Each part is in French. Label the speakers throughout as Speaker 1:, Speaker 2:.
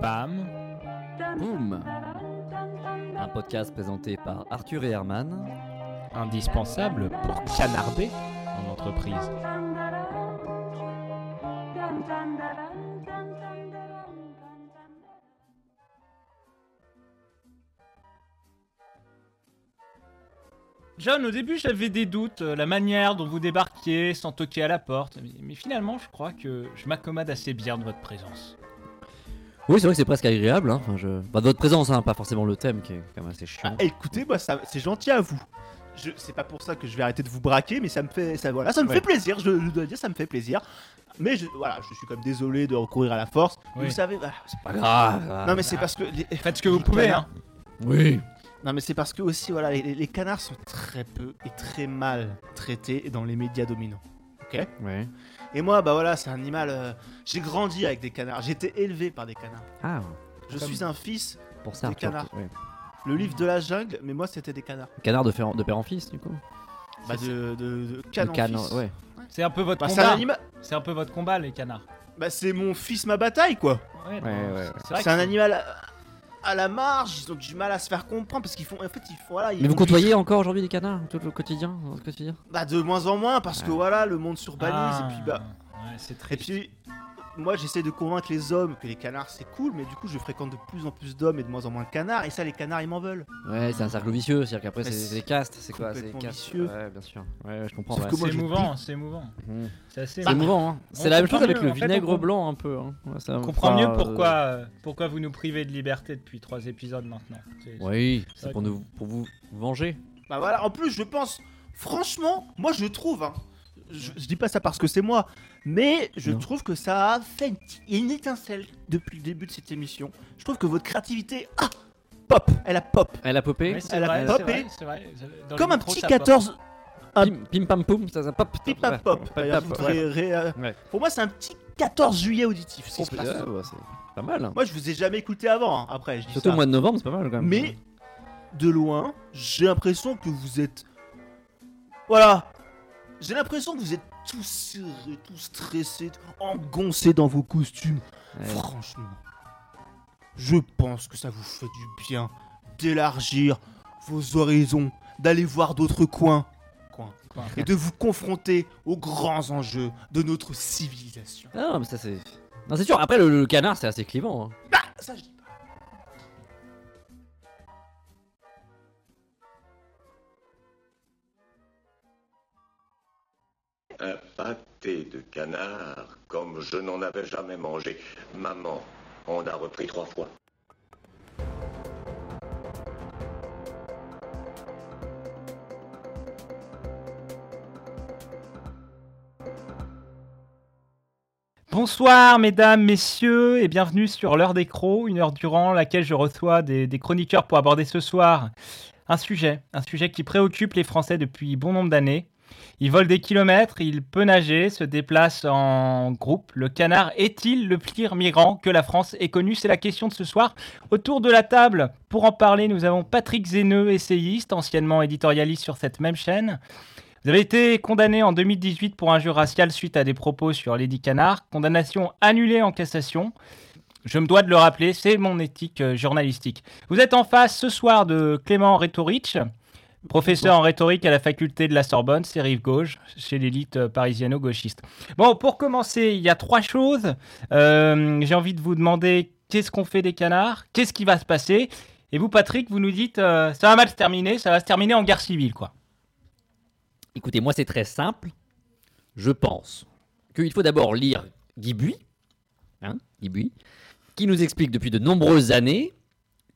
Speaker 1: Pam.
Speaker 2: Boom Un podcast présenté par Arthur et Herman.
Speaker 1: Indispensable pour canarder en entreprise. John, au début, j'avais des doutes, euh, la manière dont vous débarquiez sans toquer à la porte, mais, mais finalement, je crois que je m'accommode assez bien de votre présence.
Speaker 2: Oui, c'est vrai que c'est presque agréable. Hein. Enfin, je... bah, de votre présence, hein, pas forcément le thème qui est quand même assez
Speaker 3: Ah,
Speaker 2: chiant.
Speaker 3: écoutez, moi, ça- c'est gentil à vous. Je, c'est pas pour ça que je vais arrêter de vous braquer, mais ça me fait, ça, voilà, ça me
Speaker 1: Ouais.
Speaker 3: fait plaisir. Je, je dois dire, ça me fait plaisir. Mais je, voilà, je suis quand même désolé de recourir à la force.
Speaker 1: Oui.
Speaker 3: Vous savez, voilà, c'est pas
Speaker 2: Pas
Speaker 3: grave.
Speaker 2: grave.
Speaker 3: Non mais c'est parce que, les-
Speaker 1: Faites ce que vous pouvez, hein.
Speaker 2: Oui.
Speaker 3: non mais c'est parce que aussi, voilà, les, les canards sont très peu et très mal traités dans les médias dominants.
Speaker 2: Ouais.
Speaker 3: Et moi, bah voilà, c'est un animal. euh, j'ai grandi avec des canards. J'ai été élevé par des canards.
Speaker 2: Ah,
Speaker 3: Je
Speaker 1: Comme-
Speaker 3: suis un fils.
Speaker 2: pour ça,
Speaker 3: Des
Speaker 2: Arthur,
Speaker 3: canards.
Speaker 2: ouais.
Speaker 3: Le livre de la jungle, mais moi, c'était des canards.
Speaker 2: Canard de, fer- de père en fils, du coup.
Speaker 3: Bah
Speaker 1: C'est-
Speaker 3: de, de, de
Speaker 2: Le
Speaker 3: canard.
Speaker 2: canon, ouais.
Speaker 1: hein. C'est un peu votre
Speaker 3: Bah, c'est un
Speaker 1: combat.
Speaker 3: animal.
Speaker 1: C'est un peu votre combat, les canards.
Speaker 3: Bah c'est mon fils, ma bataille, quoi.
Speaker 2: ouais,
Speaker 1: Ouais, non,
Speaker 2: ouais.
Speaker 1: c'est vrai
Speaker 3: C'est un
Speaker 1: que
Speaker 3: animal à, à la marge, ils ont du mal à se faire comprendre parce qu'ils font. En fait, ils font. Voilà, ils
Speaker 2: Mais vous
Speaker 3: ont-
Speaker 2: côtoyez encore aujourd'hui des canards tout le quotidien, dans votre quotidien
Speaker 3: Bah, de moins en moins parce que
Speaker 2: Ouais.
Speaker 3: voilà, le monde s'urbanise
Speaker 1: Ah.
Speaker 3: et puis bah.
Speaker 1: Ouais, c'est
Speaker 3: Et
Speaker 1: triste.
Speaker 3: puis, moi j'essaie de convaincre les hommes que les canards c'est cool, mais du coup, je fréquente de plus en plus d'hommes et de moins en moins de canards, et ça, les canards ils m'en veulent.
Speaker 2: Ouais, c'est un cercle vicieux, c'est-à-dire qu'après
Speaker 3: Mais
Speaker 2: c'est
Speaker 3: c'est
Speaker 2: c'est des castes, c'est quoi C'est des
Speaker 3: complètement
Speaker 2: castes.
Speaker 3: vicieux.
Speaker 2: Ouais, bien sûr. Ouais, ouais, je comprends.
Speaker 3: Sauf
Speaker 2: ouais.
Speaker 3: que moi,
Speaker 1: Bah, c'est
Speaker 3: je Mmh.
Speaker 1: émouvant, c'est émouvant.
Speaker 2: Mhm.
Speaker 1: C'est assez
Speaker 3: Bah,
Speaker 2: C'est émouvant, hein.
Speaker 1: Bah, on
Speaker 2: C'est la même
Speaker 1: comprend
Speaker 2: chose avec
Speaker 1: mieux,
Speaker 2: le
Speaker 1: en fait, on
Speaker 2: vinaigre
Speaker 1: comprend-
Speaker 2: blanc un peu. Hein. Ouais, ça-
Speaker 1: On comprend
Speaker 2: enfin,
Speaker 1: mieux
Speaker 2: euh,
Speaker 1: pourquoi, euh, pourquoi vous nous privez de liberté depuis trois épisodes maintenant. C'est-
Speaker 2: Oui,
Speaker 1: vrai
Speaker 2: c'est pour
Speaker 1: que-
Speaker 2: nous, pour vous venger.
Speaker 3: Bah voilà, en plus, je pense, franchement, moi je trouve, hein, je, je dis pas ça parce que c'est moi, mais je
Speaker 2: Non.
Speaker 3: trouve que ça a fait une, petite- une étincelle depuis le début de cette émission. Je trouve que votre créativité, ah, pop, elle a pop.
Speaker 2: Elle a popé.
Speaker 1: Oui, c'est
Speaker 3: Elle a
Speaker 1: vrai,
Speaker 3: popé.
Speaker 1: c'est vrai, c'est vrai. Dans le
Speaker 3: Comme un
Speaker 1: micro,
Speaker 3: petit
Speaker 1: ça porte.
Speaker 3: 14 Ah.
Speaker 2: Pim, pim pam poum, ça ça pop.
Speaker 3: Pip
Speaker 2: Ouais,
Speaker 3: pap pop.
Speaker 2: pip,
Speaker 3: D'ailleurs,
Speaker 2: pap,
Speaker 3: vous
Speaker 2: ouais.
Speaker 3: ferez- ré- euh,
Speaker 2: Ouais.
Speaker 3: Pour moi, c'est un petit 14 juillet auditif.
Speaker 1: Oh,
Speaker 3: ce qui se
Speaker 2: Ouais,
Speaker 3: passe.
Speaker 2: ouais, C'est pas mal. hein.
Speaker 3: Moi, je vous ai jamais écouté avant. hein, Après, je dis
Speaker 2: Surtout
Speaker 3: ça.
Speaker 2: au mois de novembre, c'est pas mal quand même.
Speaker 3: Mais de loin, j'ai l'impression que vous êtes. Voilà. J'ai l'impression que vous êtes tous serrés, tous stressés, engoncés dans vos costumes.
Speaker 2: Ouais.
Speaker 3: Franchement, je pense que ça vous fait du bien d'élargir vos horizons, d'aller voir d'autres coins. Coins.
Speaker 1: Coins.
Speaker 3: Et de vous confronter aux grands enjeux de notre civilisation.
Speaker 2: Ah, non, mais ça c'est. Non, c'est sûr. Après le, le canard, c'est assez clivant. hein.
Speaker 3: Bah, ça je dis pas.
Speaker 4: Un pâté de canard comme je n'en avais jamais mangé. Maman, on a repris trois fois.
Speaker 1: Bonsoir mesdames, messieurs et bienvenue sur l'heure des crocs, une heure durant laquelle je reçois des, des chroniqueurs pour aborder ce soir un sujet, un sujet qui préoccupe les Français depuis bon nombre d'années. Il vole des kilomètres, il peut nager, se déplace en groupe. Le canard est-il le pire migrant que la France ait connu C'est la question de ce soir. Autour de la table, pour en parler, nous avons Patrick Zéneux, essayiste, anciennement éditorialiste sur cette même chaîne. Vous avez été condamné en 2018 pour injure raciale suite à des propos sur Lady Canard, condamnation annulée en cassation. Je me dois de le rappeler, c'est mon éthique euh, journalistique. Vous êtes en face ce soir de Clément Rhétorich, professeur en rhétorique à la faculté de la Sorbonne, c'est rive gauche, chez l'élite euh, parisiano-gauchiste. Bon, pour commencer, il y a trois choses. Euh, J'ai envie de vous demander qu'est-ce qu'on fait des canards, qu'est-ce qui va se passer. Et vous, Patrick, vous nous dites euh, ça va mal se terminer, ça va se terminer en guerre civile, quoi.
Speaker 2: Écoutez, moi c'est très simple. Je pense qu'il faut d'abord lire Guy Buy, hein, Guy Buy, qui nous explique depuis de nombreuses années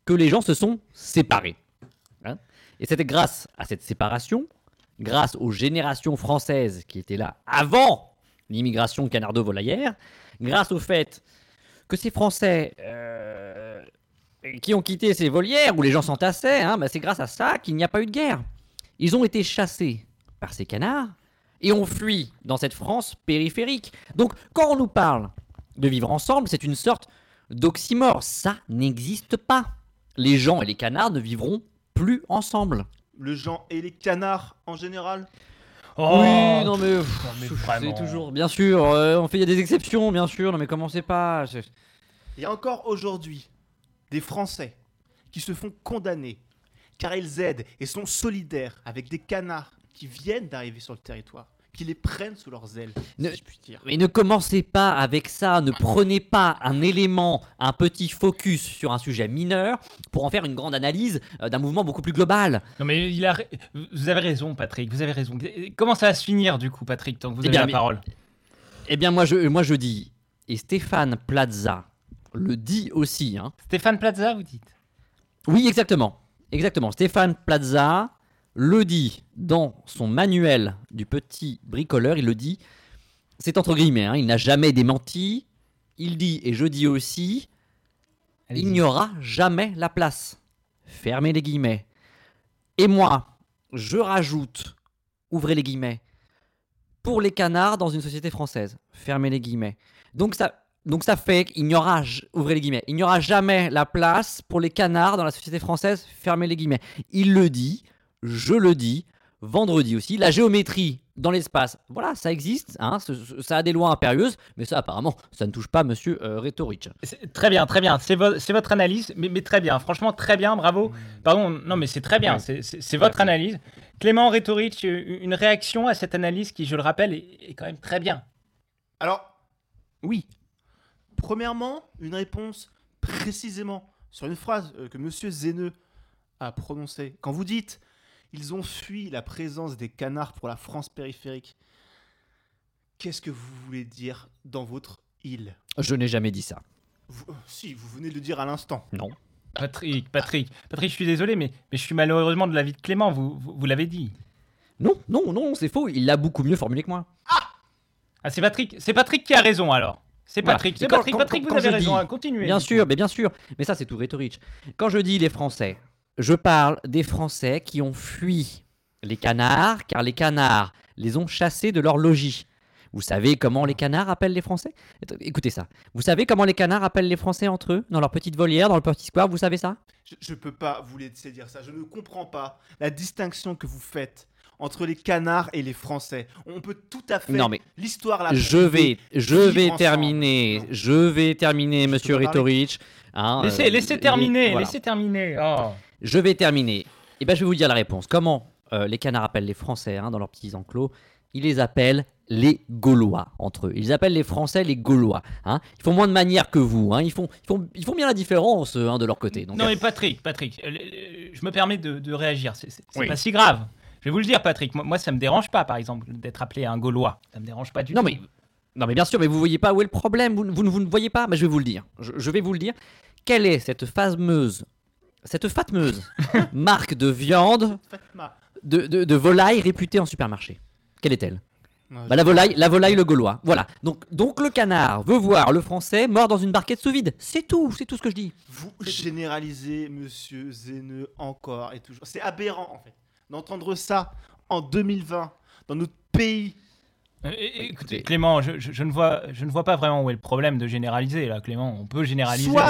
Speaker 2: que les gens se sont séparés. hein. Et c'était grâce à cette séparation, grâce aux générations françaises qui étaient là avant l'immigration canardo-volaillère, grâce au fait que ces Français euh, qui ont quitté ces volières où les gens s'entassaient, hein, bah, c'est grâce à ça qu'il n'y a pas eu de guerre. Ils ont été chassés par ces canards et on fuit dans cette France périphérique. Donc quand on nous parle de vivre ensemble, c'est une sorte d'oxymore. Ça n'existe pas. Les gens et les canards ne vivront plus ensemble.
Speaker 3: Le genre et les canards en général.
Speaker 2: oui, non mais,
Speaker 1: Oh, mais
Speaker 2: pff,
Speaker 1: vraiment.
Speaker 2: c'est toujours, bien sûr, euh, on fait, il y a des exceptions, bien sûr. Non mais commencez pas. c'est-
Speaker 3: Il Il y a encore aujourd'hui des Français qui se font condamner car ils aident et sont solidaires avec des canards qui viennent d'arriver sur le territoire, qui les prennent sous leurs ailes,
Speaker 2: Ne-
Speaker 3: si je puis dire.
Speaker 2: Mais ne commencez pas avec ça, ne prenez pas un élément, un petit focus sur un sujet mineur pour en faire une grande analyse euh, d'un mouvement beaucoup plus global.
Speaker 1: Non, mais il a... ra- vous avez raison, Patrick. Vous avez raison. Comment ça va se finir, du coup, Patrick, tant que vous
Speaker 2: Eh
Speaker 1: avez
Speaker 2: bien,
Speaker 1: la
Speaker 2: mais-
Speaker 1: parole
Speaker 2: Eh bien moi je, moi je dis, et Stéphane Plaza le dit aussi, hein.
Speaker 1: Stéphane Plaza, vous dites
Speaker 2: oui exactement, exactement, Stéphane Plaza le dit dans son manuel du petit bricoleur, il le dit, c'est entre guillemets, hein, il n'a jamais démenti, il dit et je dis aussi,
Speaker 1: Allez-y.
Speaker 2: il n'y aura jamais la place. Fermez les guillemets. Et moi, je rajoute, ouvrez les guillemets, pour les canards dans une société française. Fermez les guillemets. Donc ça, donc ça fait qu'il n'y aura, j- ouvrez les guillemets, il n'y aura jamais la place pour les canards dans la société française. Fermez les guillemets. Il le dit, je le dis, vendredi aussi. La géométrie dans l'espace, voilà, ça existe, hein, ce- ce- ça a des lois impérieuses, mais ça apparemment, ça ne touche pas Monsieur euh, Rhétorich.
Speaker 1: C'est- Très bien, très bien. C'est vo- c'est votre analyse, mais, mais très bien. Franchement, très bien. Bravo. Pardon, non, mais c'est très bien. C'est- C'est c'est votre analyse. Clément Rhétoric, une réaction à cette analyse qui, je le rappelle, est, est quand même très bien.
Speaker 3: Alors, oui. Premièrement, une réponse précisément sur une phrase euh, que Monsieur Zéneux a prononcée. Quand vous dites « Ils ont fui la présence des canards pour la France périphérique », qu'est-ce que vous voulez dire dans votre « île
Speaker 2: Je n'ai jamais dit ça.
Speaker 3: Vous- euh, Si, vous venez de le dire à l'instant.
Speaker 2: Non.
Speaker 1: Patrick, Patrick, Patrick, je suis désolé, mais, mais je suis malheureusement de l'avis de Clément. Vous, vous, vous l'avez dit.
Speaker 2: Non, non, non, c'est faux. Il l'a beaucoup mieux formulé que moi.
Speaker 1: Ah, c'est Patrick. C'est Patrick qui a raison alors. C'est
Speaker 2: Voilà.
Speaker 1: Patrick.
Speaker 2: Et
Speaker 1: C'est
Speaker 2: quand-
Speaker 1: Patrick.
Speaker 2: quand-
Speaker 1: Patrick,
Speaker 2: quand
Speaker 1: vous avez
Speaker 2: je
Speaker 1: raison.
Speaker 2: dis-
Speaker 1: hein, Continuez.
Speaker 2: Bien sûr, mais bien sûr. Mais ça, c'est tout rhétorique. Quand je dis les Français, je parle des Français qui ont fui les canards, car les canards les ont chassés de leur logis. Vous savez comment les canards appellent les Français Attends, Écoutez ça. Vous savez comment les canards appellent les Français entre eux Dans leur petite volière, dans le petit square, vous savez ça
Speaker 3: Je, je peux pas vous laisser dire ça. Je ne comprends pas la distinction que vous faites entre les canards et les Français. On peut tout à fait...
Speaker 2: Non, mais
Speaker 3: L'histoire la
Speaker 2: je vais, je vais
Speaker 3: ensemble.
Speaker 2: terminer.
Speaker 3: Non.
Speaker 2: Je vais terminer,
Speaker 3: peux
Speaker 2: monsieur
Speaker 3: parler
Speaker 2: Rhétorich. Hein, euh,
Speaker 1: Laissez, laissez
Speaker 2: les-
Speaker 1: terminer.
Speaker 2: voilà. Ah.
Speaker 1: Laissez terminer. Oh.
Speaker 2: Je vais terminer. Et ben, je vais vous dire la réponse. Comment euh, les canards appellent les Français hein, dans leurs petits enclos Ils les appellent les Gaulois entre eux. Ils appellent les Français les Gaulois. hein. Ils font moins de manières que vous. hein. Ils, font, ils, font, ils font bien la différence euh, hein, de leur côté. Donc,
Speaker 1: non,
Speaker 2: euh,
Speaker 1: mais Patrick, Patrick, euh, le- le- je me permets de, de réagir. C'est c'est- c'est
Speaker 2: Oui.
Speaker 1: pas si grave. Je vais vous le dire, Patrick. Moi, moi, ça me dérange pas, par exemple, d'être appelé un Gaulois. Ça me dérange pas du
Speaker 2: Non
Speaker 1: tout.
Speaker 2: mais, non mais bien sûr, mais vous voyez pas où est le problème, vous, ne- vous ne- vous ne voyez pas, mais je vais vous le dire. Je, je vais vous le dire. Quelle est cette fameuse, cette fameuse marque de viande,
Speaker 3: Fatma.
Speaker 2: de, de, de volaille réputée en supermarché Quelle est-elle
Speaker 3: Non,
Speaker 2: Bah, la volaille, la volaille, le gaulois. Voilà. Donc, donc le canard veut voir le français mort dans une barquette sous vide. C'est tout, c'est tout ce que je dis.
Speaker 3: Vous généralisez Monsieur Zéneux encore et toujours. C'est aberrant en fait d'entendre ça en 2020 dans notre pays.
Speaker 1: Euh, é- écoutez,
Speaker 2: écoutez.
Speaker 1: Clément, je, je- je ne vois, je ne vois pas vraiment où est le problème de généraliser, là, Clément. On peut généraliser. euh,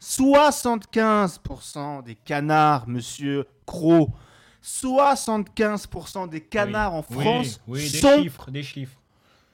Speaker 3: 60 75% des canards, Monsieur Cro. 75% des canards en
Speaker 1: Oui,
Speaker 3: France
Speaker 1: oui, des
Speaker 3: sont
Speaker 1: chiffres, des chiffres.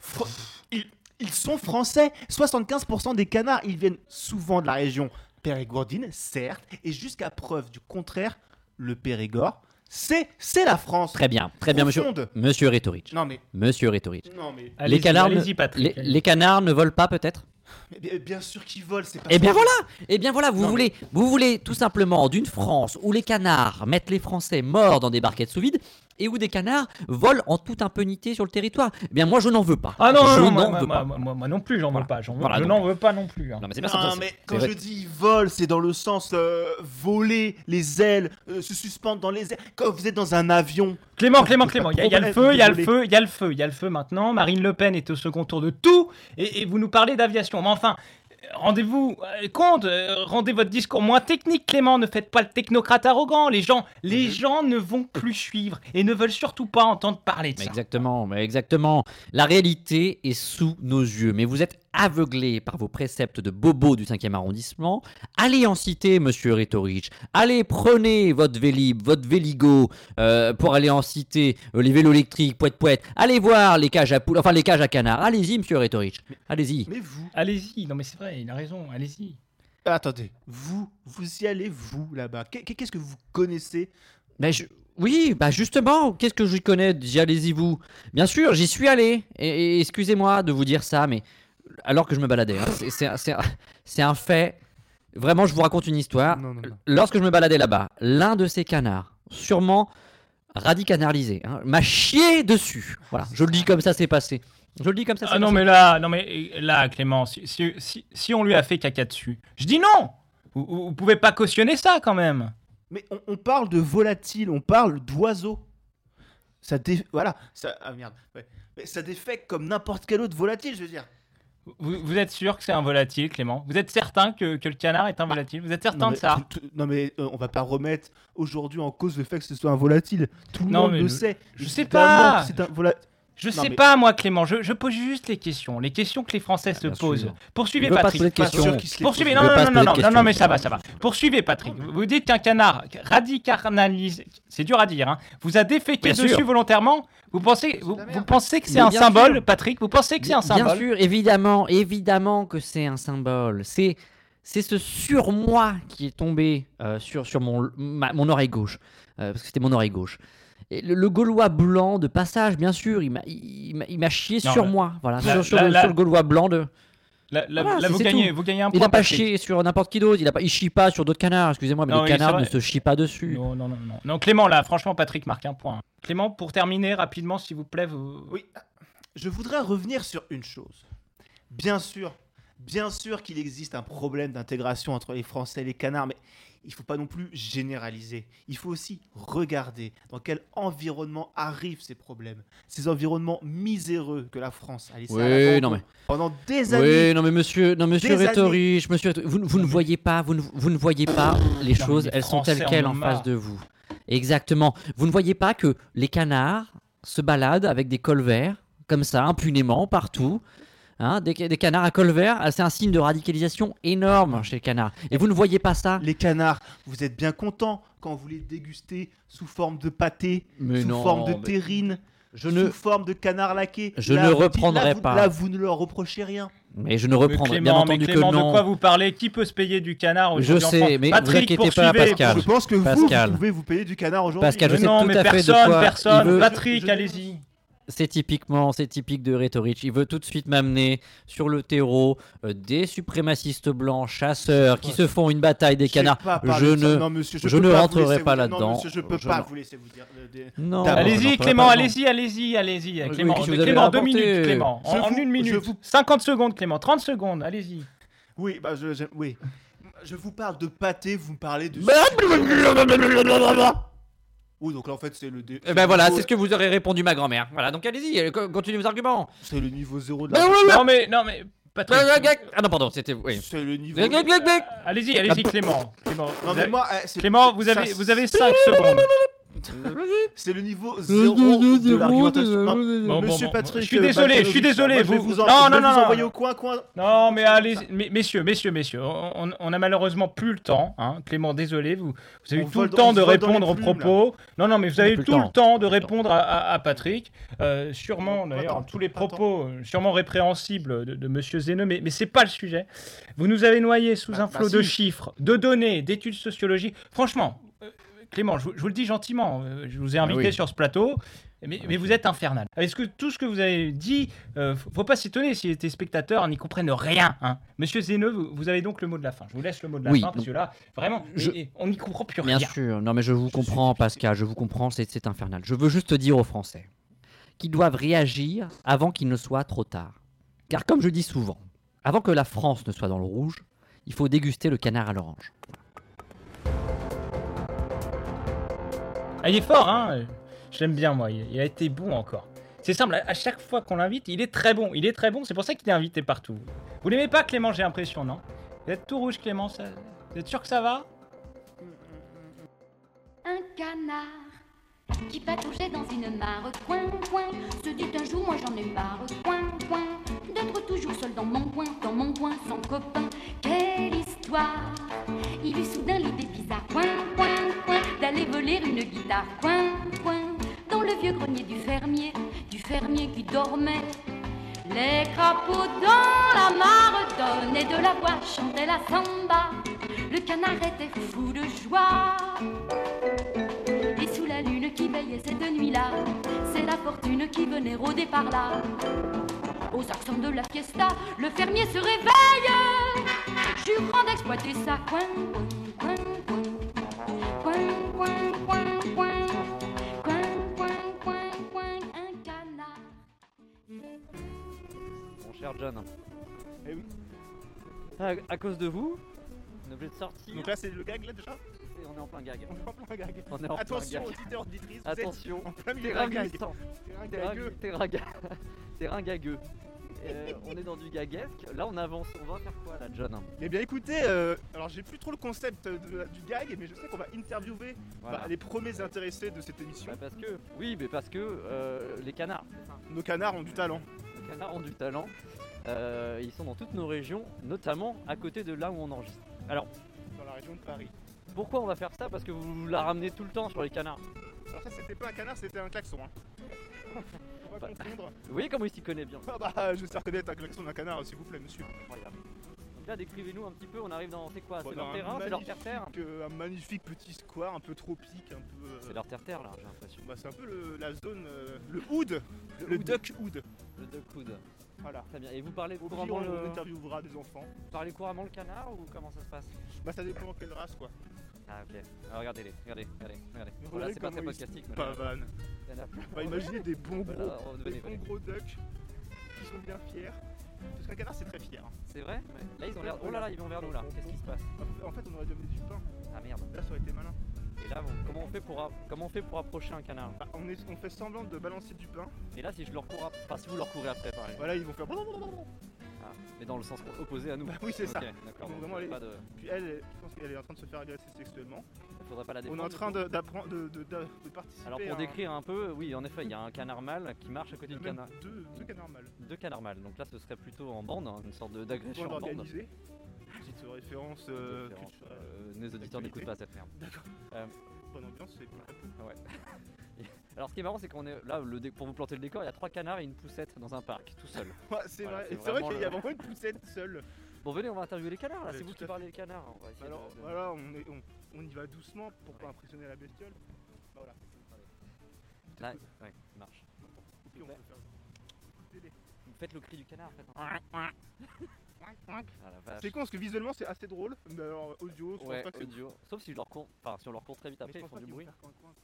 Speaker 3: Fr- ils, ils sont français. 75% des canards, ils viennent souvent de la région périgourdine, certes, et jusqu'à preuve du contraire, le Périgord, c'est c'est la France.
Speaker 2: Très bien, très bien, monsieur.
Speaker 3: Profonde.
Speaker 2: Monsieur Rhétorich.
Speaker 3: Non mais
Speaker 2: Monsieur Rhétorich.
Speaker 3: non mais,
Speaker 1: Allez-y,
Speaker 2: canards ne-
Speaker 1: allez-y, Patrick.
Speaker 2: Les, les canards ne volent pas peut-être
Speaker 3: mais bien- bien sûr qu'ils volent, c'est pas.
Speaker 2: Eh bien voilà Eh bien voilà, vous
Speaker 3: Non,
Speaker 2: voulez, vous voulez tout simplement d'une France où les canards mettent les Français morts dans des barquettes sous vide et où des canards volent en toute impunité sur le territoire. Eh bien moi je n'en veux pas.
Speaker 1: Ah non, non,
Speaker 2: je
Speaker 1: non,
Speaker 2: n'en
Speaker 1: moi,
Speaker 2: veux
Speaker 1: moi-
Speaker 2: pas.
Speaker 1: moi- moi- moi non plus, j'en veux
Speaker 2: Voilà.
Speaker 1: pas. j'en veux-
Speaker 2: Voilà,
Speaker 1: je
Speaker 2: donc-
Speaker 1: n'en veux pas non plus. hein.
Speaker 2: Non mais c'est
Speaker 3: Non,
Speaker 2: bien ça.
Speaker 3: mais
Speaker 2: c'est
Speaker 3: quand
Speaker 2: vrai.
Speaker 3: je dis vol, c'est dans le sens euh, voler les ailes, euh, se suspendre dans les ailes. Quand vous êtes dans un avion,
Speaker 1: Clément, Clément, Clément, il y, a- il y a le feu, il y a le
Speaker 3: Désolé.
Speaker 1: feu, il y a le feu, il y a le feu maintenant. Marine Le Pen est au second tour de tout, et, et vous nous parlez d'aviation. Mais enfin, euh, rendez-vous euh, compte, euh, rendez votre discours moins technique, Clément. Ne faites pas le technocrate arrogant. Les gens, les
Speaker 2: Mm-hmm.
Speaker 1: gens ne vont plus suivre et ne veulent surtout pas entendre parler de
Speaker 2: Mais
Speaker 1: ça.
Speaker 2: exactement, mais exactement. La réalité est sous nos yeux, mais vous êtes aveuglés par vos préceptes de bobo du 5e arrondissement, allez en cité, monsieur Rétorich. Allez, prenez votre Vélib, votre Véligo, euh, pour aller en cité, euh, les vélos électriques, poète poète. Allez voir les cages à poules, enfin les cages à canards. Allez-y, monsieur Rétorich. Allez-y.
Speaker 3: Mais vous,
Speaker 1: Allez-y, non mais c'est vrai, il a raison, allez-y.
Speaker 2: Euh,
Speaker 3: attendez, vous, vous y allez, vous, là-bas. Qu'est- Qu'est-ce que vous connaissez
Speaker 2: Mais je- Oui, bah justement, qu'est-ce que je connais J'y allez-y vous. Bien sûr, j'y suis allé. Et, et excusez-moi de vous dire ça, mais alors que je me baladais, hein, c'est- c'est un- c'est un- c'est un fait. Vraiment, je vous raconte une histoire.
Speaker 3: Non, non, non.
Speaker 2: Lorsque je me baladais là-bas, l'un de ces canards, sûrement radicanalisé, hein, m'a chié dessus. Voilà, je le dis comme ça, c'est passé. Je le dis comme ça, c'est
Speaker 1: Ah non
Speaker 2: passé.
Speaker 1: mais là, non mais euh, là Clément, si, si- si- si on lui a fait caca dessus, je dis non vous, vous- vous pouvez pas cautionner ça quand même
Speaker 3: Mais on, on parle de volatile, on parle d'oiseau. Ça dé... Voilà, ça... Ah merde, ouais. Mais ça défecte comme n'importe quel autre volatile, je veux dire.
Speaker 1: vous, vous êtes sûr que c'est un volatile, Clément Vous êtes certain que, que le canard est un
Speaker 2: Bah,
Speaker 1: volatile Vous êtes certain
Speaker 3: Non,
Speaker 1: de
Speaker 3: mais,
Speaker 1: ça
Speaker 3: tout- tout- non mais euh, on va pas remettre aujourd'hui en cause le fait que ce soit un volatile. Tout le
Speaker 1: Non,
Speaker 3: monde
Speaker 1: mais
Speaker 3: le
Speaker 1: le-
Speaker 3: sait.
Speaker 1: je sais
Speaker 3: Évidemment
Speaker 1: pas.
Speaker 3: que C'est un volatile.
Speaker 1: Je
Speaker 3: Non,
Speaker 1: sais
Speaker 3: mais-
Speaker 1: pas, moi, Clément. Je, je pose juste les questions. Les questions que les Français se
Speaker 2: Ah, bien
Speaker 1: posent.
Speaker 2: sûr.
Speaker 1: Poursuivez,
Speaker 2: Il veut pas
Speaker 1: Patrick.
Speaker 2: se poser de
Speaker 3: Pas sûr
Speaker 2: questions.
Speaker 3: qu'il se les
Speaker 1: Poursuivez,
Speaker 3: pose.
Speaker 1: non,
Speaker 2: Il veut
Speaker 1: non,
Speaker 2: pas se poser
Speaker 1: non, non,
Speaker 2: de
Speaker 1: non,
Speaker 2: questions.
Speaker 1: non, mais ça va, ça va. Poursuivez, Patrick. Vous dites qu'un canard radicarnalisé, c'est dur à dire, hein, vous a déféqué
Speaker 2: Bien sûr.
Speaker 1: dessus volontairement. Vous pensez, vous,
Speaker 3: la merde.
Speaker 1: vous pensez que c'est
Speaker 2: Mais
Speaker 1: un
Speaker 2: bien
Speaker 1: symbole,
Speaker 2: sûr.
Speaker 1: Patrick Vous pensez que c'est un
Speaker 2: Bien- Bien
Speaker 1: symbole
Speaker 2: sûr, évidemment, évidemment que c'est un symbole. C'est c'est ce surmoi qui est tombé euh, sur, sur mon, ma- mon oreille gauche. Euh, parce que c'était mon oreille gauche. Et le, le Gaulois blanc de passage, bien sûr, il m'a- il il m'a il m'a chié
Speaker 1: Non,
Speaker 2: sur
Speaker 1: mais-
Speaker 2: moi. Voilà,
Speaker 1: Là-
Speaker 2: sur, sur
Speaker 1: là-
Speaker 2: le,
Speaker 1: là-
Speaker 2: sur le Gaulois blanc de.
Speaker 1: Là, là-
Speaker 2: Voilà,
Speaker 1: là,
Speaker 2: c'est-
Speaker 1: vous,
Speaker 2: c'est
Speaker 1: gagnez,
Speaker 2: tout.
Speaker 1: vous gagnez un
Speaker 2: Il
Speaker 1: point.
Speaker 2: n'a pas
Speaker 1: Patrick.
Speaker 2: chié sur n'importe qui d'autre. Il, a pas- il chie pas sur d'autres canards, excusez-moi, mais
Speaker 1: Non,
Speaker 2: les
Speaker 1: oui, c'est
Speaker 2: canards
Speaker 1: vrai.
Speaker 2: ne se chient pas dessus.
Speaker 1: Non, non, non, non. Non, Clément, là, franchement, Patrick marque un point. Clément, pour terminer rapidement, s'il vous plaît, vous.
Speaker 3: Oui, je voudrais revenir sur une chose. Bien sûr, bien sûr qu'il existe un problème d'intégration entre les Français et les canards, mais il faut pas non plus généraliser. Il faut aussi regarder dans quel environnement arrivent ces problèmes. Ces environnements miséreux que la France a laissés à
Speaker 2: Oui,
Speaker 3: l'abandon
Speaker 2: non, mais-
Speaker 3: pendant des années.
Speaker 2: Oui, non mais monsieur, non monsieur
Speaker 3: Des
Speaker 2: Rétorich, monsieur, Rétorich, vous, vous ne voyez pas, vous ne, vous ne voyez pas les
Speaker 1: mais
Speaker 2: choses,
Speaker 1: les
Speaker 2: elles sont
Speaker 1: Français
Speaker 2: telles
Speaker 1: en
Speaker 2: quelles
Speaker 1: ont
Speaker 2: en
Speaker 1: marre.
Speaker 2: face de vous. Exactement. Vous ne voyez pas que les canards se baladent avec des cols verts comme ça impunément partout. Hein, des, des canards à col vert, c'est un signe de radicalisation énorme chez les canards. Et vous ne voyez pas ça
Speaker 3: Les canards, vous êtes bien contents quand vous les dégustez sous forme de pâté,
Speaker 2: Mais
Speaker 3: sous
Speaker 2: non,
Speaker 3: forme de
Speaker 2: mais-
Speaker 3: terrine,
Speaker 2: Je
Speaker 3: sous
Speaker 2: ne,
Speaker 3: forme de canard laqué.
Speaker 2: Je
Speaker 3: Là,
Speaker 2: ne
Speaker 3: vous dites- là,
Speaker 2: reprendrai
Speaker 3: vous-
Speaker 2: pas.
Speaker 3: Là, vous ne leur reprochez rien.
Speaker 2: mais je ne
Speaker 1: Mais
Speaker 2: reprendrai bien
Speaker 1: Clément, mais
Speaker 2: entendu que
Speaker 1: Clément, de quoi
Speaker 2: non.
Speaker 1: vous parlez Qui peut se payer du canard
Speaker 2: Je
Speaker 1: aujourd'hui en
Speaker 2: sais,
Speaker 1: France
Speaker 2: mais vous
Speaker 1: Patrick,
Speaker 2: inquiétez pas,
Speaker 1: poursuivez,
Speaker 2: Pascal.
Speaker 3: Je pense que vous,
Speaker 2: Pascal.
Speaker 3: vous pouvez vous payer du canard aujourd'hui. Euh,
Speaker 2: Pascal, je
Speaker 1: Mais
Speaker 2: sais
Speaker 1: non,
Speaker 2: tout
Speaker 1: mais
Speaker 2: à fait de
Speaker 1: personne,
Speaker 2: quoi
Speaker 1: personne.
Speaker 2: il veut.
Speaker 1: Patrick,
Speaker 3: Je- je-
Speaker 1: allez-y.
Speaker 2: C'est typiquement, c'est typique de Rhetoric. Il veut tout de suite m'amener sur le terreau euh, des suprémacistes blancs, chasseurs, qui se font une bataille des
Speaker 3: Je sais
Speaker 2: canards.
Speaker 3: pas parler
Speaker 2: je
Speaker 3: de ça.
Speaker 2: ne-
Speaker 3: Non, monsieur,
Speaker 2: je
Speaker 3: peux
Speaker 2: ne
Speaker 3: pas vous
Speaker 2: rentrerai
Speaker 3: laisser
Speaker 2: pas
Speaker 3: vous- non,
Speaker 2: là-dedans.
Speaker 3: monsieur, je peux
Speaker 2: Je
Speaker 3: pas
Speaker 2: ne-
Speaker 3: vous laisser vous dire. euh, des-
Speaker 2: Non.
Speaker 3: D'abord,
Speaker 2: je n'en
Speaker 1: Allez-y,
Speaker 2: ferai
Speaker 1: Clément,
Speaker 2: pas raison.
Speaker 1: allez-y, allez-y, allez-y.
Speaker 2: Oui,
Speaker 1: Clément,
Speaker 2: qu'est-ce que vous avez
Speaker 1: Clément, deux
Speaker 2: rapporté
Speaker 1: minutes, Clément.
Speaker 3: Je
Speaker 1: En, en
Speaker 3: vous-
Speaker 1: une
Speaker 3: je
Speaker 1: minute.
Speaker 3: vous-
Speaker 1: 50 secondes, Clément, 30 secondes, allez-y.
Speaker 3: Oui, bah, je, je- oui. Je vous parle de pâté, vous me parlez de.
Speaker 2: Bah
Speaker 3: Oui, donc là en fait c'est le. dé-
Speaker 2: Eh ben voilà,
Speaker 3: niveau-
Speaker 2: c'est ce que vous aurez répondu ma grand-mère. Voilà, donc allez-y, euh, co- continuez vos arguments.
Speaker 3: C'est le niveau zéro de
Speaker 2: Ben
Speaker 3: la.
Speaker 2: voilà.
Speaker 1: Non, mais, non, mais, Patrick.
Speaker 2: Ah non, pardon, c'était. Oui.
Speaker 3: C'est le niveau.
Speaker 2: Glic, glic, glic, glic.
Speaker 1: Allez-y, allez-y, Clément. Clément,
Speaker 3: Non
Speaker 1: vous
Speaker 3: mais
Speaker 1: avez,
Speaker 3: moi, eh, c'est-
Speaker 1: Clément, vous
Speaker 3: ça,
Speaker 1: avez, vous avez 5 secondes.
Speaker 3: C'est le niveau zéro de l'argumentation. Non,
Speaker 1: Bon, bon,
Speaker 3: Monsieur
Speaker 1: bon,
Speaker 3: Patrick,
Speaker 1: je suis
Speaker 3: euh,
Speaker 1: désolé,
Speaker 3: Balkanovitch,
Speaker 1: je suis désolé,
Speaker 3: moi, je vais
Speaker 1: vous-
Speaker 3: en-
Speaker 1: non,
Speaker 3: je vais
Speaker 1: non, non,
Speaker 3: vous
Speaker 1: non.
Speaker 3: envoyer au coin, coin.
Speaker 1: Non, mais allez,
Speaker 3: Ça,
Speaker 1: mais- messieurs, messieurs, messieurs, on, on- on a malheureusement plus le temps. hein. Clément, désolé, vous, vous avez
Speaker 3: On
Speaker 1: eu tout
Speaker 3: vole
Speaker 1: le
Speaker 3: dans-
Speaker 1: temps
Speaker 3: on
Speaker 1: de
Speaker 3: vole dans les
Speaker 1: répondre aux
Speaker 3: plumes, là.
Speaker 1: propos. Non, non, mais vous
Speaker 2: On a
Speaker 1: avez eu
Speaker 2: plus le
Speaker 1: tout le
Speaker 2: temps.
Speaker 1: temps de
Speaker 2: Plus le temps.
Speaker 1: répondre à, à- à Patrick. Euh, sûrement,
Speaker 3: Attends,
Speaker 1: d'ailleurs, tous les
Speaker 3: attends.
Speaker 1: propos euh, sûrement répréhensibles de, de Monsieur Zéneux, mais, mais c'est pas le sujet. Vous nous avez noyé sous
Speaker 3: Bah-
Speaker 1: un
Speaker 3: bah
Speaker 1: flot de
Speaker 3: si.
Speaker 1: chiffres, de données, d'études sociologiques. Franchement, euh, Clément, je, vous- je vous le dis gentiment, euh, je vous ai invité
Speaker 2: Ah oui.
Speaker 1: sur ce plateau.
Speaker 2: Ah,
Speaker 1: Mais, mais vous êtes infernal. Est-ce que tout ce que vous avez dit, euh, faut faut pas s'étonner si les spectateurs n'y comprennent rien. hein. Monsieur Zéneux, vous, vous avez donc le mot de la fin. Je vous laisse le mot de la
Speaker 2: Oui,
Speaker 1: fin parce
Speaker 2: donc-
Speaker 1: que là, vraiment,
Speaker 2: Je-
Speaker 1: et- et on n'y comprend plus
Speaker 2: Bien
Speaker 1: rien.
Speaker 2: sûr, non mais je vous comprends Pascal, je vous comprends, c'est c'est infernal. Je veux juste dire aux Français qu'ils doivent réagir avant qu'il ne soit trop tard. Car comme je dis souvent, avant que la France ne soit dans le rouge, il faut déguster le canard à l'orange.
Speaker 1: Ah, il est fort, hein Je l'aime bien, moi. Il, il a été bon encore. C'est simple, à, à chaque fois qu'on l'invite, il est très bon. Il est très bon, c'est pour ça qu'il est invité partout. Vous l'aimez pas, Clément, j'ai l'impression, non Vous êtes tout rouge, Clément. ça- Vous êtes sûr que ça va
Speaker 5: Un canard qui patouchait dans une mare, coin, coin. Se dit un jour, moi j'en ai marre, coin, coin. D'être toujours seul dans dans mon coin, dans mon coin, sans copain. Quelle histoire Il eut soudain l'idée bizarre, coin, coin, coin, d'aller voler une guitare, coin, coin, dans le vieux grenier du fermier, du fermier qui dormait. Les crapauds dans la mare donnaient de la voix, chantaient la samba. Le canard était fou de joie. Et sous la lune qui veillait cette nuit-là, c'est la fortune qui venait rôder par là. Aux accents de la fiesta, le fermier se réveille, jurant d'exploiter sa coin, coin, coin, coin, coin, coin, coin, coin, coin, coin, coin, un canard.
Speaker 2: Mon cher John.
Speaker 3: Eh oui.
Speaker 2: À, à cause de vous, on est obligé de sortir.
Speaker 3: Donc là, c'est le gag, là, déjà
Speaker 2: et on est en plein gag.
Speaker 3: On est en plein gag.
Speaker 2: On est en plein
Speaker 3: Attention,
Speaker 2: gag.
Speaker 3: auditeurs, auditrices, vous êtes
Speaker 2: Attention,
Speaker 3: en plein milieu
Speaker 2: t'es
Speaker 3: d'un gag.
Speaker 2: ringagissant.
Speaker 3: T'es
Speaker 2: T'es
Speaker 3: ringagueux.
Speaker 2: ringue- T'es ringa- t'es ringagueux. Euh, on est dans du gaguesque. Là, on avance. On va faire quoi là, John
Speaker 3: Eh bien, écoutez, euh, alors j'ai plus trop le concept de- du gag, mais je sais qu'on va interviewer
Speaker 2: Voilà.
Speaker 3: bah, les premiers intéressés de cette émission.
Speaker 2: Bah, parce que, oui, mais parce que euh, les canards,
Speaker 3: Nos canards ont du talent.
Speaker 2: les canards ont du talent. Euh, ils sont dans toutes nos régions, notamment à côté de là où on enregistre.
Speaker 3: Dans la région de Paris.
Speaker 2: Pourquoi on va faire ça Parce que vous la ramenez tout le temps sur les canards.
Speaker 3: Alors ça, c'était pas un canard, c'était un klaxon. Hein. Faut
Speaker 2: Bah.
Speaker 3: pas confondre.
Speaker 2: Vous voyez comment il s'y connaît bien
Speaker 3: Ah bah, je sais reconnaître un klaxon d'un canard, s'il vous plaît, monsieur.
Speaker 2: Incroyable. Donc là, décrivez-nous un petit peu. On arrive dans. C'est quoi
Speaker 3: Bon,
Speaker 2: C'est
Speaker 3: dans
Speaker 2: leur
Speaker 3: un
Speaker 2: terrain C'est leur
Speaker 3: magnifique-
Speaker 2: terre-terre
Speaker 3: Donc, euh, un magnifique petit square, un peu tropique, un peu. euh,
Speaker 2: C'est leur terre-terre là, j'ai l'impression.
Speaker 3: bah, c'est un peu le- la zone, euh, le hood, le,
Speaker 2: hood.
Speaker 3: duck hood.
Speaker 2: Le duck food.
Speaker 3: Voilà.
Speaker 2: Très bien. Et vous parlez
Speaker 3: Au pire,
Speaker 2: couramment,
Speaker 3: on
Speaker 2: le...
Speaker 3: interviewera des enfants.
Speaker 2: vous parlez couramment le canard ou comment ça se passe
Speaker 3: Bah, ça dépend quelle race, quoi.
Speaker 2: Ah ok. Alors regardez-les, regardez, regardez, regardez.
Speaker 3: Vous
Speaker 2: Voilà,
Speaker 3: voyez
Speaker 2: c'est pas très
Speaker 3: comment ils
Speaker 2: podcastique. mais là,
Speaker 3: Pavane.
Speaker 2: il y en a plein.
Speaker 3: Bah, imaginez des bons gros,
Speaker 2: Voilà, on
Speaker 3: des
Speaker 2: devenait
Speaker 3: bons gros ducks qui sont bien fiers. Parce qu'un canard, c'est très fier. hein.
Speaker 2: C'est vrai Là ils ont l'air. Oh là là, ils vont vers nous là. Qu'est-ce qui se passe
Speaker 3: En fait, on aurait dû amener du pain.
Speaker 2: Ah merde.
Speaker 3: Là, ça aurait été malin.
Speaker 2: Et là, on- comment on fait pour a- comment on fait pour approcher un canard
Speaker 3: Bah, on, est- on fait semblant de balancer du pain.
Speaker 2: Et là, si je leur cours, ap- enfin si vous leur courez après, pareil.
Speaker 3: Voilà, ils vont faire.
Speaker 2: Ah, mais dans le sens opposé à nous.
Speaker 3: Bah oui, c'est ça.
Speaker 2: Ok, D'accord.
Speaker 3: Ils vont
Speaker 2: donc,
Speaker 3: vraiment
Speaker 2: il
Speaker 3: aller-
Speaker 2: faudrait pas de-
Speaker 3: Puis elle, je pense qu'elle est en train de se faire agresser sexuellement.
Speaker 2: il faudrait pas la
Speaker 3: On
Speaker 2: défendre.
Speaker 3: est en
Speaker 2: du
Speaker 3: train
Speaker 2: coup.
Speaker 3: de- d'apprendre, de, de- de- de participer.
Speaker 2: Alors
Speaker 3: à
Speaker 2: pour
Speaker 3: un-
Speaker 2: décrire un peu, oui, en effet, il y a un canard mâle qui marche à côté du
Speaker 3: même
Speaker 2: canard,
Speaker 3: Deux, deux canards mâles.
Speaker 2: deux canards mâles. Donc là, ce serait plutôt en bande, hein, une sorte de-
Speaker 3: Point
Speaker 2: d'agression en bande.
Speaker 3: organisé. Petite référence euh,
Speaker 2: Référence,
Speaker 3: culturelle.
Speaker 2: euh, nos auditeurs
Speaker 3: d'actualité.
Speaker 2: n'écoutent pas cette merde.
Speaker 3: euh, Bonne ambiance, c'est pas
Speaker 2: Alors ce qui est marrant c'est qu'on est là le dé- pour vous planter le décor il y a trois canards et une poussette dans un parc tout seul.
Speaker 3: Ouais, c'est
Speaker 2: Voilà,
Speaker 3: vrai,
Speaker 2: c'est
Speaker 3: Et c'est vrai
Speaker 2: vraiment
Speaker 3: qu'il y a
Speaker 2: le-
Speaker 3: vraiment une poussette seule.
Speaker 2: Bon venez on va interviewer les canards là
Speaker 3: Ouais,
Speaker 2: c'est vous
Speaker 3: tout
Speaker 2: qui
Speaker 3: à
Speaker 2: parlez les canards. On va essayer
Speaker 3: Alors
Speaker 2: de- de-
Speaker 3: voilà, on, est, on, on y va doucement pour pas impressionner la bestiole. Bah, voilà.
Speaker 2: Là, ouais, ça marche.
Speaker 3: Et puis, on peut faire-
Speaker 2: Ah, Faites le cri du canard hein. faites un- Ah, la vache.
Speaker 3: C'est con parce que visuellement c'est assez drôle, mais alors audio, je
Speaker 2: Ouais,
Speaker 3: pense pas que c'est-
Speaker 2: audio. Sauf si je leur cours, enfin si on leur court très vite
Speaker 3: mais je
Speaker 2: après ils
Speaker 3: pense
Speaker 2: font
Speaker 3: pas
Speaker 2: du
Speaker 3: qu'ils vont
Speaker 2: bruit.
Speaker 3: faire coin, coin.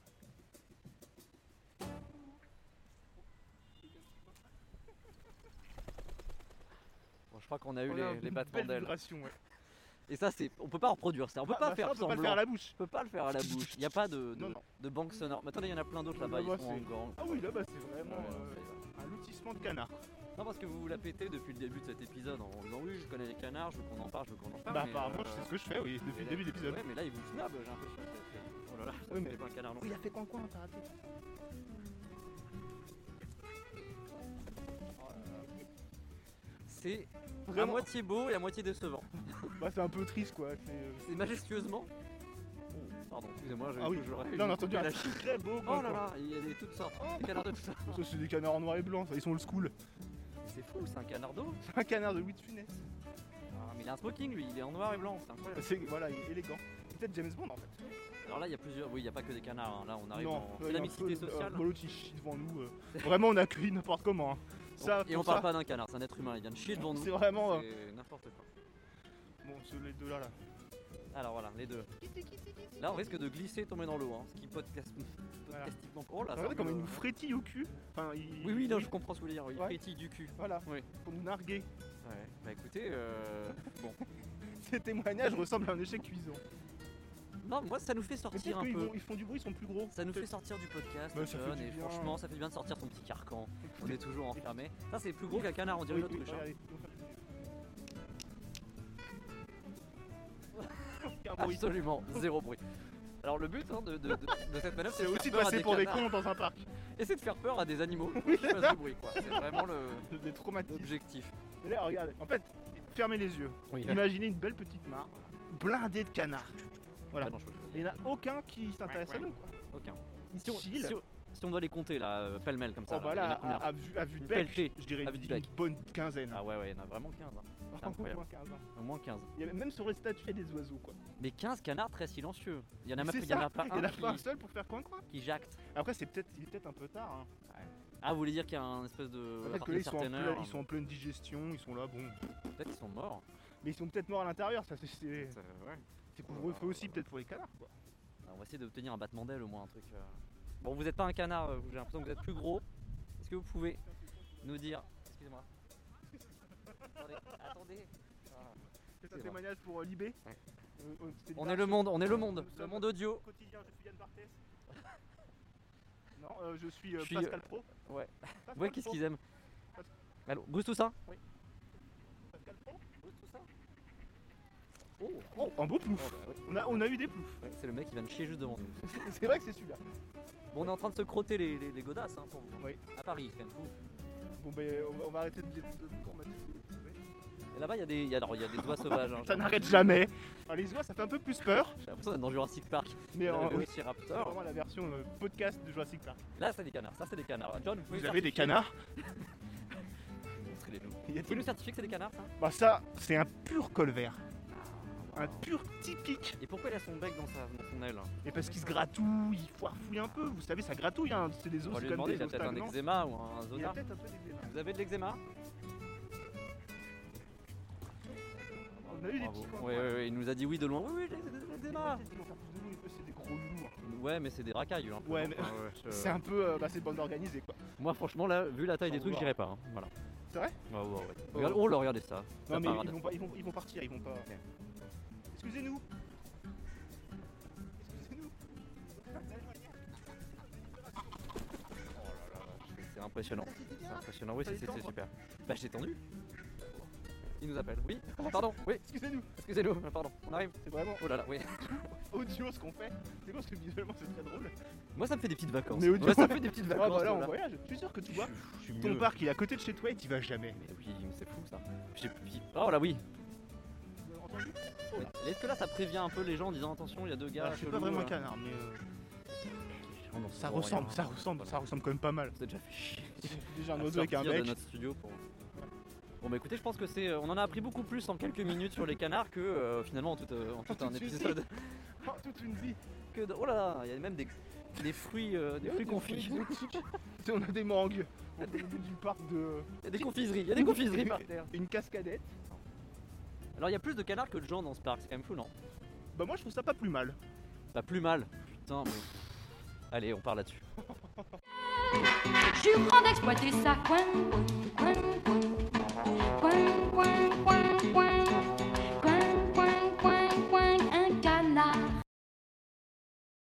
Speaker 2: Bon, je crois qu'on a eu
Speaker 3: On a
Speaker 2: les,
Speaker 3: un-
Speaker 2: les
Speaker 3: une
Speaker 2: battements
Speaker 3: belle
Speaker 2: d'ailes.
Speaker 3: vibration, ouais.
Speaker 2: Et ça c'est, on peut pas reproduire ça, on peut
Speaker 3: Ah,
Speaker 2: pas
Speaker 3: bah, ça,
Speaker 2: faire
Speaker 3: on peut pas le
Speaker 2: semblant.
Speaker 3: faire à la bouche.
Speaker 2: On peut pas le faire à la bouche. Il y a pas de, de,
Speaker 3: Non, non.
Speaker 2: de banque sonore. Mais attendez il y en a plein d'autres là-bas
Speaker 3: Là-bas,
Speaker 2: ils sont en
Speaker 3: c'est-
Speaker 2: gang.
Speaker 3: Ah oui, là bah c'est
Speaker 2: Ouais,
Speaker 3: vraiment
Speaker 2: non, ça y
Speaker 3: euh,
Speaker 2: va.
Speaker 3: un loutissement de canard.
Speaker 2: Non, parce que vous vous la pétez depuis le début de cet épisode en disant oui, je connais les canards, je veux qu'on en parle, je veux qu'on en parle.
Speaker 3: Bah
Speaker 2: mais,
Speaker 3: apparemment
Speaker 2: euh,
Speaker 3: c'est ce que je fais, oui, depuis
Speaker 2: et
Speaker 3: le
Speaker 2: là-
Speaker 3: début de l'épisode.
Speaker 2: Ouais, mais là il vous snob, j'ai l'impression. Oh là là, ça
Speaker 3: Oui,
Speaker 2: me
Speaker 3: mais-
Speaker 2: Oh, fait pas un canard non
Speaker 3: Il a fait coin coin, t'as raté.
Speaker 2: C'est à
Speaker 3: Vraiment.
Speaker 2: moitié beau et à moitié décevant.
Speaker 3: Bah c'est un peu triste quoi. c'est, euh,
Speaker 2: C'est majestueusement. Oh, Pardon, excusez-moi, je
Speaker 3: Ah oui,
Speaker 2: j'aurais-
Speaker 3: là on a entendu un
Speaker 2: la-
Speaker 3: très beau
Speaker 2: Oh
Speaker 3: coin
Speaker 2: là
Speaker 3: coin.
Speaker 2: là, il y a des toutes sortes, des canards de toutes sortes.
Speaker 3: Ça, c'est des canards en noir et blanc, ça, ils sont old school.
Speaker 2: C'est fou, c'est un canard d'eau.
Speaker 3: C'est un canard de Louis de Funès.
Speaker 2: Ah, mais il a un smoking lui, il est en noir et blanc, c'est incroyable.
Speaker 3: C'est, voilà, il est élégant. C'est Peut-être James Bond en fait.
Speaker 2: Alors là, il y a plusieurs. Oui, il n'y a pas que des canards, hein. là on arrive
Speaker 3: non,
Speaker 2: en.
Speaker 3: euh,
Speaker 2: C'est la
Speaker 3: un peu,
Speaker 2: mixité
Speaker 3: euh,
Speaker 2: sociale.
Speaker 3: Molotis chie devant nous. euh, Vraiment, on accueille n'importe comment. hein. Ça,
Speaker 2: et on
Speaker 3: pour
Speaker 2: parle
Speaker 3: ça,
Speaker 2: pas d'un canard, c'est un être humain, il vient de chier devant nous.
Speaker 3: C'est vraiment, euh,
Speaker 2: C'est Ah, n'importe quoi.
Speaker 3: Bon, ceux les deux là, là.
Speaker 2: Alors voilà, les deux. Là, on risque de glisser et tomber dans l'eau, hein, ce qui podcast...
Speaker 3: Voilà.
Speaker 2: podcastiquement. Oh là, ça
Speaker 3: Regardez comme
Speaker 2: rigole.
Speaker 3: ils nous frétillent au cul. Enfin, ils...
Speaker 2: Oui, oui, non, je comprends ce que vous voulez dire. Oui,
Speaker 3: Ouais.
Speaker 2: pétille du cul.
Speaker 3: Voilà,
Speaker 2: Oui.
Speaker 3: pour nous narguer.
Speaker 2: Ouais. Bah écoutez, euh... bon.
Speaker 3: Ces témoignages ressemblent à un échec cuisant.
Speaker 2: Non, moi, ça nous fait
Speaker 3: Mais
Speaker 2: sortir
Speaker 3: peut-être
Speaker 2: un
Speaker 3: qu'ils
Speaker 2: peu.
Speaker 3: vont- ils font du bruit, ils sont plus gros.
Speaker 2: Ça nous fait sortir du podcast,
Speaker 3: Bah, ça fait
Speaker 2: John,
Speaker 3: du
Speaker 2: et
Speaker 3: bien.
Speaker 2: franchement, ça fait bien de sortir son petit carcan. On est toujours enfermé. Ça, c'est plus gros qu'un canard, on dirait
Speaker 3: Oui,
Speaker 2: l'autre
Speaker 3: oui, bah,
Speaker 2: truc. hein.
Speaker 3: regardez. Aucun bruit.
Speaker 2: Absolument, zéro bruit. Alors, le but hein, de, de- de- de cette manœuvre,
Speaker 3: C'est aussi de
Speaker 2: faire peur à
Speaker 3: passer pour des
Speaker 2: canards.
Speaker 3: cons dans un parc.
Speaker 2: Essayer de faire peur à des animaux. pour qu'ils fassent du bruit, quoi. C'est vraiment le-
Speaker 3: Des traumatismes.
Speaker 2: l'objectif.
Speaker 3: Et là, regarde, en fait, fermez les yeux.
Speaker 6: Oui.
Speaker 3: Imaginez une belle petite mare, blindée de canards. Voilà.
Speaker 2: Ah non, je peux le
Speaker 3: Il n'y en a aucun qui s'intéresse à nous. quoi.
Speaker 2: faire. Aucun.
Speaker 3: Ils
Speaker 2: Si on,
Speaker 3: chillent.
Speaker 2: si on- si on doit les compter là, euh, pêle-mêle comme ça.
Speaker 3: Oh,
Speaker 2: là,
Speaker 3: bah
Speaker 2: il y en a
Speaker 3: là,
Speaker 2: combien
Speaker 3: à, à vue, à vue de
Speaker 2: Une
Speaker 3: bec,
Speaker 2: pelletée.
Speaker 3: je dirais
Speaker 2: À vue de
Speaker 3: une
Speaker 2: bec.
Speaker 3: bonne quinzaine.
Speaker 2: Ah ouais, ouais, il y en a vraiment 15. hein.
Speaker 3: Par contre,
Speaker 2: incroyable.
Speaker 3: moins 15, hein.
Speaker 2: Au moins 15.
Speaker 3: Il y avait même sur les statues, il y a des oiseaux quoi.
Speaker 2: Mais 15 canards très silencieux. Il y en a, même,
Speaker 3: C'est
Speaker 2: il y en a
Speaker 3: ça,
Speaker 2: pas
Speaker 3: Il y en
Speaker 2: un
Speaker 3: a pas un
Speaker 2: qui,
Speaker 3: seul pour faire coin coin.
Speaker 2: qui jacte.
Speaker 3: Après, c'est peut-être, il est peut-être un peu tard. hein.
Speaker 2: Ah, vous voulez dire qu'il y a un espèce de.
Speaker 3: Peut-être que
Speaker 2: partir
Speaker 3: là, ils sont, en
Speaker 2: certaine
Speaker 3: plein-
Speaker 2: heure,
Speaker 3: ils sont en pleine digestion, ils sont là, bon.
Speaker 2: Peut-être qu'ils sont morts.
Speaker 3: Mais ils sont peut-être morts à l'intérieur, ça c'est- c'est
Speaker 2: Ça- ouais.
Speaker 3: c'est couvre-feu aussi, peut-être pour les canards quoi.
Speaker 2: Alors, Ah, on va essayer d'obtenir un battement d'aile au moins, un truc. euh. Bon, vous êtes pas un canard, euh, vous- j'ai l'impression que vous êtes plus gros. Est-ce que vous pouvez nous dire. Excusez-moi. attendez, attendez.
Speaker 3: Ah. C'est
Speaker 2: C'est
Speaker 3: un
Speaker 2: vrai.
Speaker 3: témoignage pour euh, l'IB.
Speaker 2: On est le monde, on est le monde, le monde audio.
Speaker 3: Quotidien, je suis Yann Barthès. Non, euh, je suis euh,
Speaker 2: Je suis,
Speaker 3: Pascal Pro.
Speaker 2: ouais.
Speaker 3: Pascal
Speaker 2: Ouais, qu'est-ce
Speaker 3: Pro.
Speaker 2: qu'ils aiment Allô, Bruce Toussaint
Speaker 3: Pascal Pro.
Speaker 2: Oh,
Speaker 3: Oh, un beau plouf.
Speaker 2: bah ouais,
Speaker 3: On a, on a eu des ploufs.
Speaker 2: ouais, c'est le mec qui vient de chier juste devant nous.
Speaker 3: c'est vrai que c'est celui-là.
Speaker 2: Bon, on est en train de se crotter les, les, les godasses hein, pour vous.
Speaker 3: Oui.
Speaker 2: À Paris, quand même.
Speaker 3: Bon, bah, on va, on va arrêter de les de traumatiser.
Speaker 2: Et là-bas, il y, a des- il y a alors, il y a des oies sauvages. hein,
Speaker 3: Ça
Speaker 2: j'ai-
Speaker 3: n'arrête jamais. Alors, les oies, ça fait un peu plus peur.
Speaker 2: J'ai l'impression d'être dans Jurassic Park.
Speaker 3: Mais en-
Speaker 2: Là, le
Speaker 3: oui, c'est
Speaker 2: Velociraptor.
Speaker 3: vraiment la version euh, podcast de Jurassic Park.
Speaker 2: Là, c'est des canards. Ça, c'est des canards. John, vous pouvez
Speaker 3: Vous
Speaker 2: nous
Speaker 3: avez des
Speaker 2: certifier-
Speaker 3: canards
Speaker 2: Montrez-les-nous. Vous
Speaker 3: Il y a des-
Speaker 2: pouvez nous certifier que c'est des canards, ça
Speaker 3: Bah ça, c'est un pur colvert. Un pur typique.
Speaker 2: Et pourquoi il a son bec dans, sa, dans son aile
Speaker 3: Et parce qu'il se gratouille, il foirefouille un peu. Vous savez, ça gratouille, hein. c'est des
Speaker 2: On
Speaker 3: os,
Speaker 2: va
Speaker 3: c'est
Speaker 2: lui
Speaker 3: comme
Speaker 2: demander,
Speaker 3: des
Speaker 2: il a
Speaker 3: os
Speaker 2: peut-être un
Speaker 3: stagnants.
Speaker 2: eczéma ou un
Speaker 3: Il y a
Speaker 2: zonar.
Speaker 3: peut-être un peu d'eczéma.
Speaker 2: Vous avez de l'eczéma
Speaker 3: On a eu des
Speaker 2: Bravo.
Speaker 3: petits points.
Speaker 2: Ouais, ouais, ouais, il nous a dit oui de loin. Oui, oui, j'ai de l'eczéma.
Speaker 3: Ils vont faire plus de bruit, C'est des gros lourds.
Speaker 2: Ouais, mais c'est des racailles. hein.
Speaker 3: Ouais, mais
Speaker 2: Enfin, ouais, je-
Speaker 3: c'est un peu, euh, bah, c'est bande organisée quoi.
Speaker 2: Moi, franchement, là, vu la taille des trucs, j'irai pas. hein. Voilà.
Speaker 3: C'est vrai
Speaker 2: Ouais, ouais, ouais. Regarde- oh là, regardez ça. Ça
Speaker 3: Non mais
Speaker 2: parade.
Speaker 3: ils vont, pas, ils, vont, ils vont partir, ils vont pas. Excusez-nous. Excusez-nous.
Speaker 2: C'est impressionnant. C'est impressionnant. Oui,
Speaker 3: T'as
Speaker 2: c'est
Speaker 3: eu le temps,
Speaker 2: c'est
Speaker 3: toi
Speaker 2: super. Bah, j'ai tendu. Il nous appelle. Oui, pardon. Oui,
Speaker 3: Excusez-nous.
Speaker 2: excusez-nous. Pardon, on arrive.
Speaker 3: C'est vraiment
Speaker 2: Oh là là, oui.
Speaker 3: audio ce qu'on fait. C'est parce que visuellement c'est très drôle.
Speaker 2: Moi, ça me fait des petites vacances.
Speaker 3: Mais audio-
Speaker 2: Ouais, ça me fait des petites
Speaker 3: Ah
Speaker 2: vacances.
Speaker 3: bah là
Speaker 2: là.
Speaker 3: on voyage. Je suis sûr que tu vois.
Speaker 2: Je suis
Speaker 3: Ton
Speaker 2: mieux.
Speaker 3: parc il est à côté de chez toi et t'y vas jamais.
Speaker 2: Mais oui, mais c'est fou ça. J'ai plus- Oh là, oui.
Speaker 3: Bah, Entendu
Speaker 2: Mais Est-ce que là, ça prévient un peu les gens en disant attention, il y a deux gars.
Speaker 3: Alors, c'est
Speaker 2: chelous,
Speaker 3: Bah, Ah, pas vraiment un
Speaker 2: là.
Speaker 3: canard, mais euh,
Speaker 2: Oh non,
Speaker 3: ça
Speaker 2: hein. bon,
Speaker 3: ressemble,
Speaker 2: rien.
Speaker 3: ça ressemble, ça ressemble quand même pas mal.
Speaker 2: On s'est déjà fait chier.
Speaker 3: Déjà un
Speaker 2: à
Speaker 3: oiseau avec un
Speaker 2: sortir de
Speaker 3: bec.
Speaker 2: notre studio pour. Bon bah écoutez, je pense que c'est, on en a appris beaucoup plus en quelques minutes sur les canards que euh, finalement en tout, euh, en tout
Speaker 3: Tout
Speaker 2: un
Speaker 3: de suite.
Speaker 2: épisode.
Speaker 3: Oh, toute une vie.
Speaker 2: Que de- Oh là là, il y a même des, des fruits, euh, des
Speaker 3: Ouais,
Speaker 2: fruits
Speaker 3: des
Speaker 2: confits.
Speaker 3: fruits exotiques. Tu sais, On a des mangues. On est au bout du parc de.
Speaker 2: Il y a des confiseries, il y a des confiseries par terre.
Speaker 3: Une cascadette.
Speaker 2: Alors il y a plus de canards que de gens dans ce parc, c'est quand même fou non
Speaker 3: Bah moi je trouve ça pas plus mal.
Speaker 2: Bah plus mal. Putain. Mais... Allez, on part là-dessus.
Speaker 5: Jurant d'exploiter sa coin, coin, coin, coin, coin,